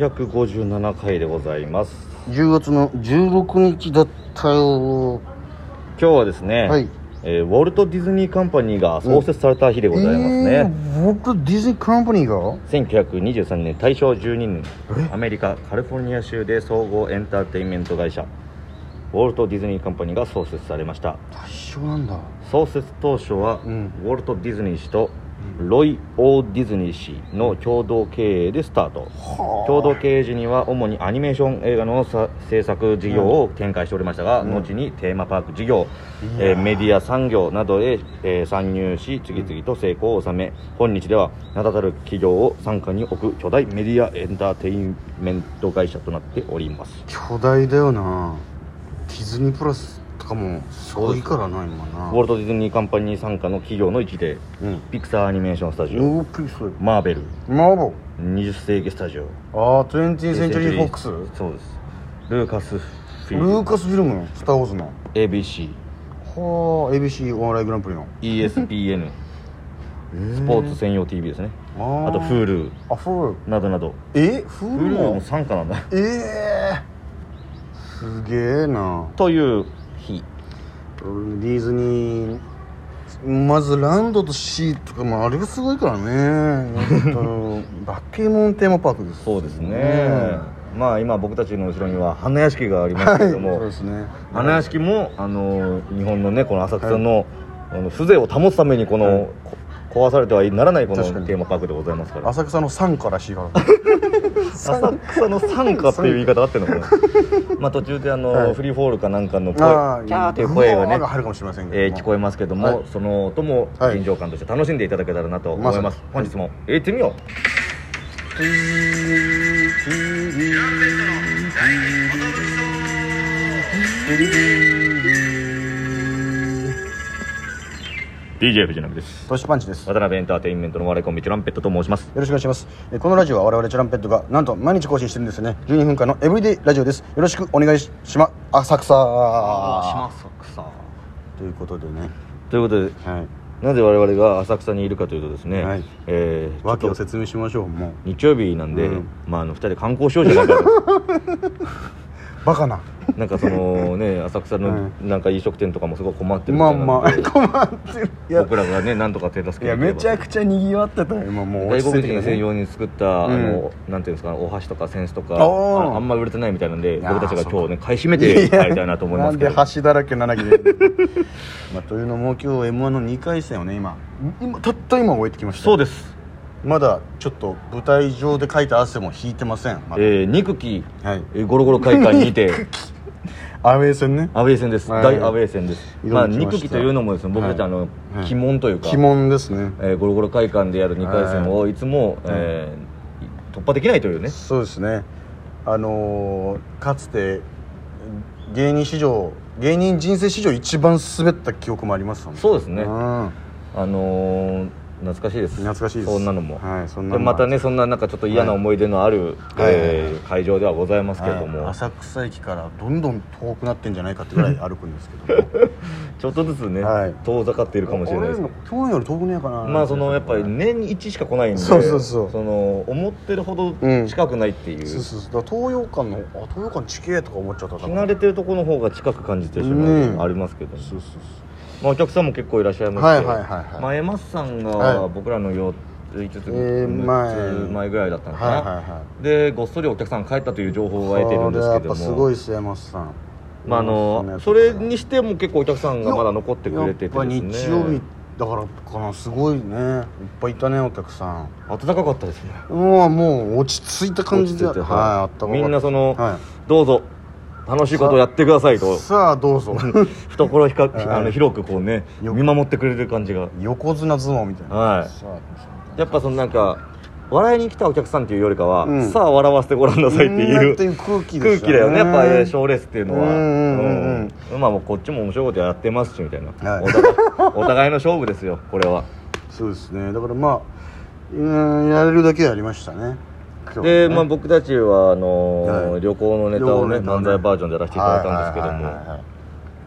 557回でございます10月の16日だったよ今日はですね、はいえーウォルト・ディズニー・カンパニーが創設された日でございますえね、ー、ウォルト・ディズニー・カンパニーが1923年大正12年アメリカカリフォルニア州で総合エンターテインメント会社ウォルト・ディズニー・カンパニーが創設されました大正なんだ創設当初は、うんウォルト・ディズニー氏とロイ・オー・ディズニー氏の共同経営でスタート共同経営時には主にアニメーション映画のさ制作事業を展開しておりましたが、後にテーマパーク事業、えーメディア産業などへ、えー参入し次々と成功を収め本日では名だたる企業を傘下に置く巨大メディアエンターテインメント会社となっております巨大だよなディズニープラスとかもすごいからな今なウォルト・ディズニーカンパニー傘下の企業の一例うんピクサーアニメーションスタジオ、ノーピースマーベルマーボ20世紀スタジオああ20センチュリー・フォックスルそうですルーカスフィルーカスフィルムスター・ウォーズの ABC はあ ABC お笑いグランプリの ESPN スポーツ専用 TV ですねあーあと Hulu あフルなどなどえフ Hulu ルもも傘下なんだええすげえなという日うんディズニーまずランドとシーとかもあれがすごいからねえっとバケモンテーマパークですそうですねまあ今僕たちの後ろには花屋敷がありますけれどそうもですね花屋敷もあの日本のねこの浅草のあの風情を保つためにこのこ壊されてはならないこの確かにテーマパークでございますから浅草の傘下らしいから浅草の参加っていう言い方あってんのか なまあ途中であの、はいフリーフォールかなんかの声キあャあーっていう声がねうわー、入るかもしれませんけど、えー聞こえますけども、はいその音もはい臨場感として楽しんでいただけたらなと思いままさす、に本日も行ってみよう DJ 藤波ですトシパンチですよ渡辺エンターテインメントのお笑いコンビトランペットと申しますろしくお願いしますえーこのラジオは我々チャランペットがなんと毎日更新してるんですよね12分間のエブリデイラジオですよろしくお願いしま浅草島草ということでねということではいなぜ我々が浅草にいるかというとですね、はいえーちょっ訳とを説明しましょうもう日曜日なんで、うんまあ、あの2人で観光しようじゃないかと バカななんかそのね浅草のうなんか飲食店とかもすごい困ってるみまたあいなまのあで、困ってるいや僕らがねなんとか手助けでいやきればめちゃくちゃにぎわってたよ今もう外国人にが専用に作った、うんあのなんていうんですかお箸とか扇子とかあーああんま売れてないみたいなんでいやー僕たちが今日ね買い占めて帰りたいなと思いますけどなんで橋だらけならきで、 まあ、というのも今日 m 1の2回戦をね今今たった今終えてきましたそうです、まだちょっと舞台上でかいた汗も引いてません、まだえー、肉木はいえーゴロゴロ会館にてアウェー戦ねアウェー戦です、はい大アウェー戦です挑んできましたまあ肉木というのもですね僕たちあの、はい鬼門というか鬼門ですねえーゴロゴロ会館でやる2回戦をいつも、えー突破できないというねそうですねあのーかつて芸人史上芸人人生史上一番滑った記憶もありますもんそうですねうんあのー懐かしいです懐かしいですそんなのも、はいそんなでのもまたねそんななんかちょっと嫌な思い出のある、えー会場ではございますけれども、はい浅草駅からどんどん遠くなってんじゃないかってぐらい歩くんですけどもちょっとずつね、はい遠ざかっているかもしれないです俺らの去年より遠くねえかなまあそのやっぱり年に1しか来ないんでそうそうそうその思ってるほどうん近くないっていう、そうそうそうだから東洋館のあ東洋館地形とか思っちゃった離れてるところの方が近く感じてしまうのねがありますけど、そうそうそうまあ、お客さんも結構いらっしゃいまして、はいはいはいはいまあ、エマスさんはがい僕らの4つ5つ、えー6つ前ぐらいだったのかな、はいはいはでごっそりお客さん帰ったという情報を得てるんですやけっどもぱすごいです山本さんまあ、あ山の本さそんのやれつにしても結構お客さんがまだ残ってくれてやってぱです日ね曜日だからかなすごいねいっぱいいたねお客さん暖かかったですねうわもう落ち着いた感じで落ち着いてはいあったかかったみんなその、はどうぞ楽しいことをやってくださいといさあどうぞ懐ひか、はいあの広くこうねよ見守ってくれてる感じが横綱相撲みたいなはいさあやっぱそのなんか笑いに来たお客さんっていうよりかは、うんさあ笑わせてごらんなさいっていなうんていう空気で空す気だよねやっぱああいうょ賞レースっていうのはうんうんうんうんうんまあもうこっちも面白いことやってますしみたいな、はいお互いお互いの勝負ですよこれはそうですねだからまあうーんやれるだけやりましたね今日で、まあ、ね僕たちはあのーはい旅行のネタをね旅行のネタを漫ね才バージョンでやらせていただいたんですけども、はいはいはいはい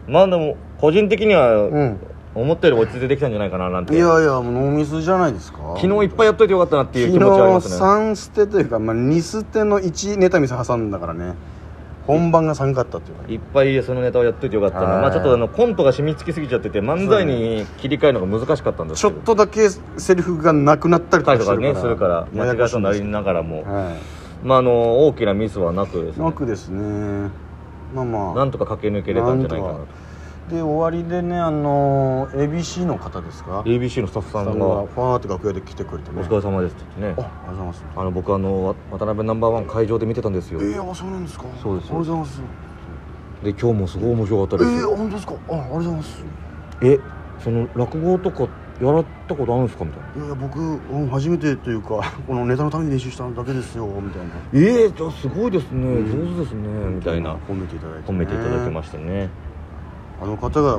まあでも個人的には、うん思ったより落ち着いてできたんじゃないかななんていやいやもうノーミスじゃないですか昨日いっぱいやっといてよかったなっていう気昨日持ちはありますね3捨てというか、まあ、2捨ての1ネタミス挟んだからね本番が寒かったっていうかねいっぱいそのネタをやっといてよかったな、はいまあ、ちょっとあのコントが染みつきすぎちゃってて漫才に切り替えるのが難しかったんですちょけっどとだけセリフがなくなったりとタイかとしかてるからねするから間違ややいとこしないりんでながらもす、はまあ、あの大きなミスはなくですいねなくですねまあまなあんとか駆け抜けれたんじゃないかななんととで終わりでねあの ABC の方ですか ABC のスタッフささんがんフが「ァおーって楽屋で来てくれてね疲れ様です」って言ってあねありがとうございます「あの僕あの渡辺ナンバーワン会場で見てたんですよえー、あそうなんですかそうですよありがとうございますで今日もすごい面白かえったですー、よ本当ですかあありがとうございますえその落語とかやらったことあるんですか?」みたいないやいや僕、うん、初めてというか このネタのために練習しただけですよみたいな「えー、じゃあすごいですね、うん上手ですね」みたいな褒めていただいて、褒めていただきまししてねたあの方が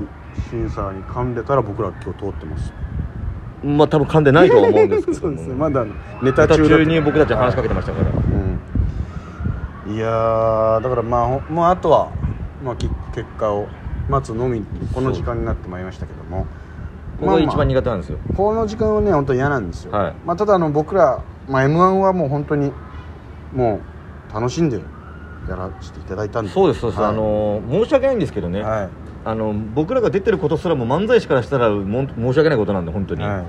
審査に噛んでたら僕ら今日通ってますまあ多分噛んでないとは思うんですけど そうですねもまだネネタタ中だ中に僕たちは話しかけてましたからうんいやーだからまあほまああとは、まあ、き結果を待つのみこの時間になってまいりましたけどもここが一番まあ苦手なんですよまあこの時間はね本当に嫌なんですよ、はいまあ、ただあの僕ら、まあ、m 1はもう本当にもう楽しんでやらせていただいたんでそうですそうです、はいあのー申し訳ないんですけどね、はあの僕らが出てることすらも漫才師からしたらもん申し訳ないことなんで本当いに、は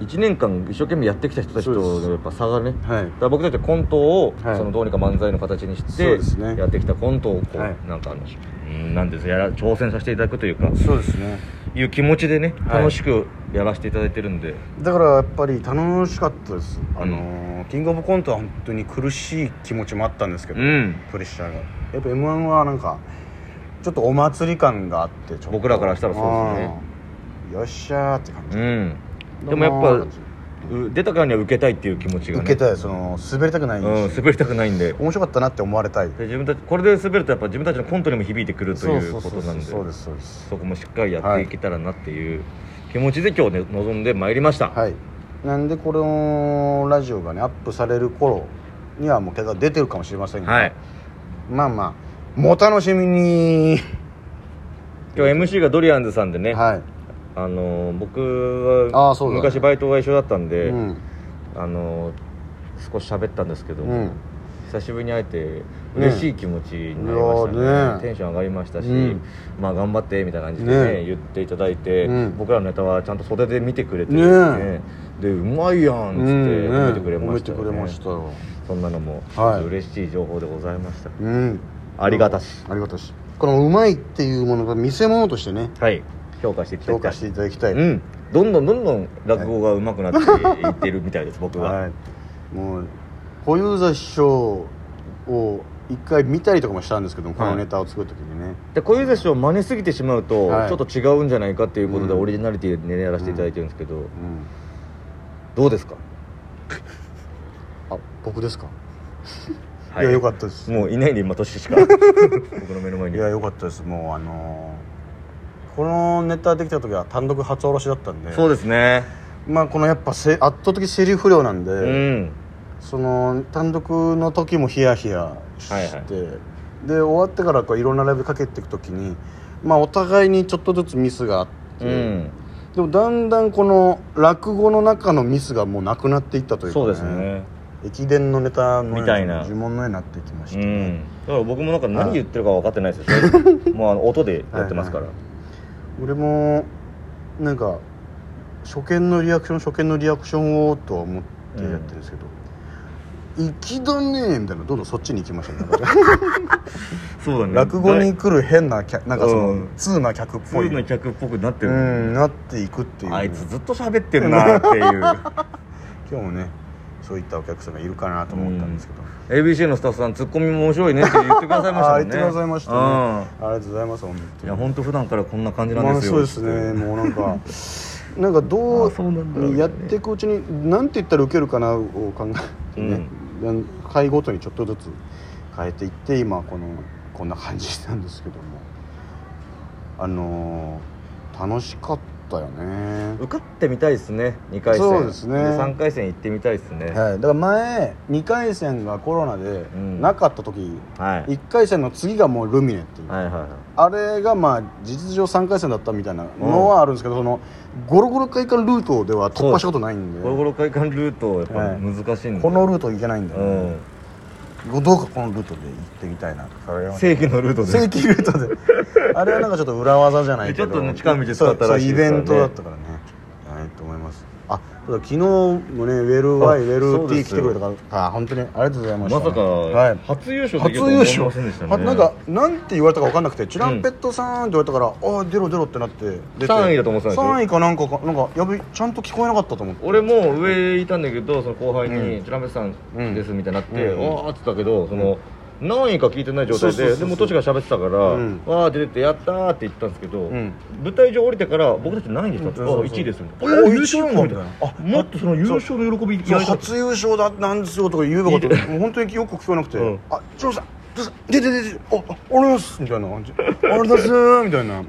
1年間一生懸命やってきた人たちとそうですのやっぱ差がねい、はいだから僕たちはコントを、はいそのどうにか漫才の形にしそうて、ですねやってきたコントをこう、はいなんかあのうんなんですやら挑戦させていただくというかそうですねいう気持ちでねはい楽しくやらせていただいてるんで、だからやっぱり楽しかったですあのー、キングオブコントは本当に苦しい気持ちもあったんですけど、うんプレッシャーがやっぱ m 1はなんかちょっとお祭り感があってちょっと僕らからしたらそうですねうんよっしゃーって感じ、うんでもやっぱぱう出たからには受けたいっていう気持ちが、ね、受けたいその滑りたくないし、うん、滑りたくないんでで面白かったなって思われたい自分たちこれで滑るとやっぱ自分たちのコントにも響いてくるということなんでそうですそうですそこもしっかりやっていけたらなっていう気持ちで今日ね臨んでまいりました、はいなんでこのラジオがねアップされる頃にはもう結果出てるかもしれませんが、はい、まあまあもう楽しみに今日 MC がドリアンズさんでね、はいあのー僕あはーそうだね昔バイトが一緒だったんで、うんあのー少し喋ったんですけど、うん久しぶりに会えて嬉しい気持ちになりましたねいやーねテンション上がりましたし、うんまあ頑張ってみたいな感じでねね言っていただいて、うん僕らのネタはちゃんと袖で見てくれてねですねでうまいやんっつってうん褒めてくれましたね褒めてよくれねましたよそんなのもはい嬉しい情報でございました、うんありがたしありがたしこのうまいっていうものが見せ物としてねはい評価していただ評きた価いしていただきたい、うんどんどんどんどん落語が上手くなっていってるみたいです、僕は、はいもう小遊三師匠を一回見たりとかもしたんですけどもこはのいネタを作る時にね、で小遊三師匠を真似すぎてしまうと、はいちょっと違うんじゃないかっていうことで、うんオリジナリティで、ね、やらせていただいてるんですけど、うん、どうですか、あ僕ですか、、はいやよかったですもういないんで今年 しか僕の目の前いにやよかったですもうあのーこのネタできた時は単独初おろしだったんでそうですねまあこのやっぱせ圧倒的セリフ量なんで、うんその単独の時もヒヤヒヤして、はいはいで終わってからこういろんなライブかけていく時に、まあ、お互いにちょっとずつミスがあって、うんでもだんだんこの落語の中のミスがもうなくなっていったというか、そうですね駅伝のネタのようみたいな呪文のようになってきましうたね、んだから僕もなんか何言ってるか分かってないですよ正直もうあの音でやってますから、俺もなんか初見のリアクション初見のリアクションをとは思ってやってるんですけど「粋、だね」みたいなどんどんそっちに行きましたねそうだね落語に来る変な客なんかその、うん通な客っぽいの客っぽくなってうる、んなっていくっていうあいつずっと喋ってるなっていう今日もねそういったお客さんがいるかなと思ったんですけど、 ABC のスタッフさんツッコミも面白いねって言ってくださいましたもんね あ言ってくださいましたねうんありがとうございます本当いにや本当普段からこんな感じなんですよ、まあ、そうですねもうな んかなんかどあそうなんだろううねやっていくうちになんて言ったら受けるかなを考えてね、なん回ごとにちょっとずつ変えていって今このこんな感じなんですけどもあのー楽しかっったよね受かってみたいですね2回戦そうですね3回戦行ってみたいですねはい、だから前2回戦がコロナでんなかった時、はい一1回戦の次がもうルミネっていう、はいはいはいあれがまあ事実上3回戦だったみたいなのはあるんですけど、そのゴロゴロ会館ルートでは突破したことないんでゴロゴロ会館ルートやっぱ難しいんでこのルート行けないんだうよ、ねんどうかこのルートで行ってみたいなとか正規のルート正で規ルートであれはなんかちょっと裏技じゃないけちどょっとね近道使ったらしいそうそうですからねイベントだったからねはいと思いますあそうだ昨日もねウェルワイあウェルそう T で来すてよくれたからあ本当にありがとうございまましたさはいか初優勝初できると優思い勝ませんでしたはねなんかなんて言われたか分かんなくてチュランペットさんって言われたから、ああ出ろ出ろってなって出て三位だと思ってたんですよ3位かなんかかなんかやべちゃんと聞こえなかったと思って俺も上いたんだけどその後輩うに「んチュラメさんうんです」みたいになって「うんわ、あ」っつったけどその、何位か聞いてない状態そうそうそうでそうでもトシが喋ってたからうん「わ」って出て「やった」って言ったんですけど、ん舞台上降りてから「僕たち何位でした?」って「うあんそうそう1位です」みたいな「お優勝なんだよあもっとその優勝の喜びそうやりたかった初優勝だなんですよとか言えばよかったもう本当によく聞こえなくて「うんあチョロさんどうした出て出て出てあああります」みたいな感じ「あれですー」みたいな、ま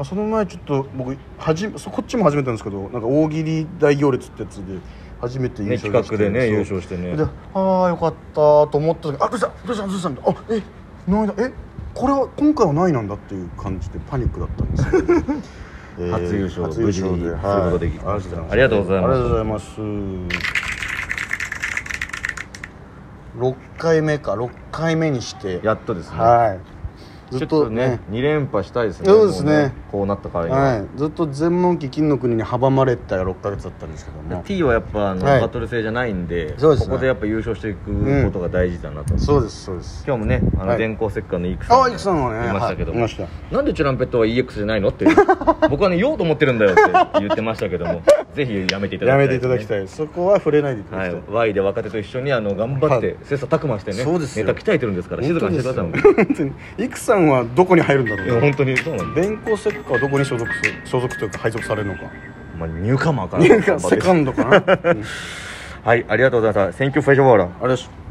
あ、その前ちょっと僕はじめそこっちも初めてなんですけどなんか大喜利大行列ってやつで初めて優ね勝企して画でそねう優勝してねでああよかったと思った時あどうしたどうしたどうしたみたいなあえないだえこれは今回はないなんだっていう感じでパニックだったんですけど えー初優勝初優勝無事にすはいることできましたあありりががととううごござざいいまますす6回目か6回目にしてやっとですねはいちずょっっととねね2連覇したいですねそうですねもこうなったからには、はいずっと全問期金の国に阻まれた6ヶ月だったんですけども T はやっぱあの、はいバトル制じゃないんでそうですねここでやっぱ優勝していくことが大事だなと、そうですそうです今日もねあはのい電光石火のイクさんああいくさんはねいましたけどはいいましたなんでチュランペットは EX じゃないのって 僕はね言おうと思ってるんだよって言ってましたけどもぜひやめていただきやたいめですね、ていただきたいそこは触れないでいただきたいはい、Y で若手と一緒にあの頑張っはいて切磋琢磨してねそうですよネタ鍛えてるんですから静かにしてくださいもん本当にイクさんはどこに入るんだいやろう本当にそうなんで電光石火はどこに所属する所属というか配属されるのかす、まあ、ニューカマーからセカンドかなうんありがとうはいありがとうございました Thank you for your w a t e ございました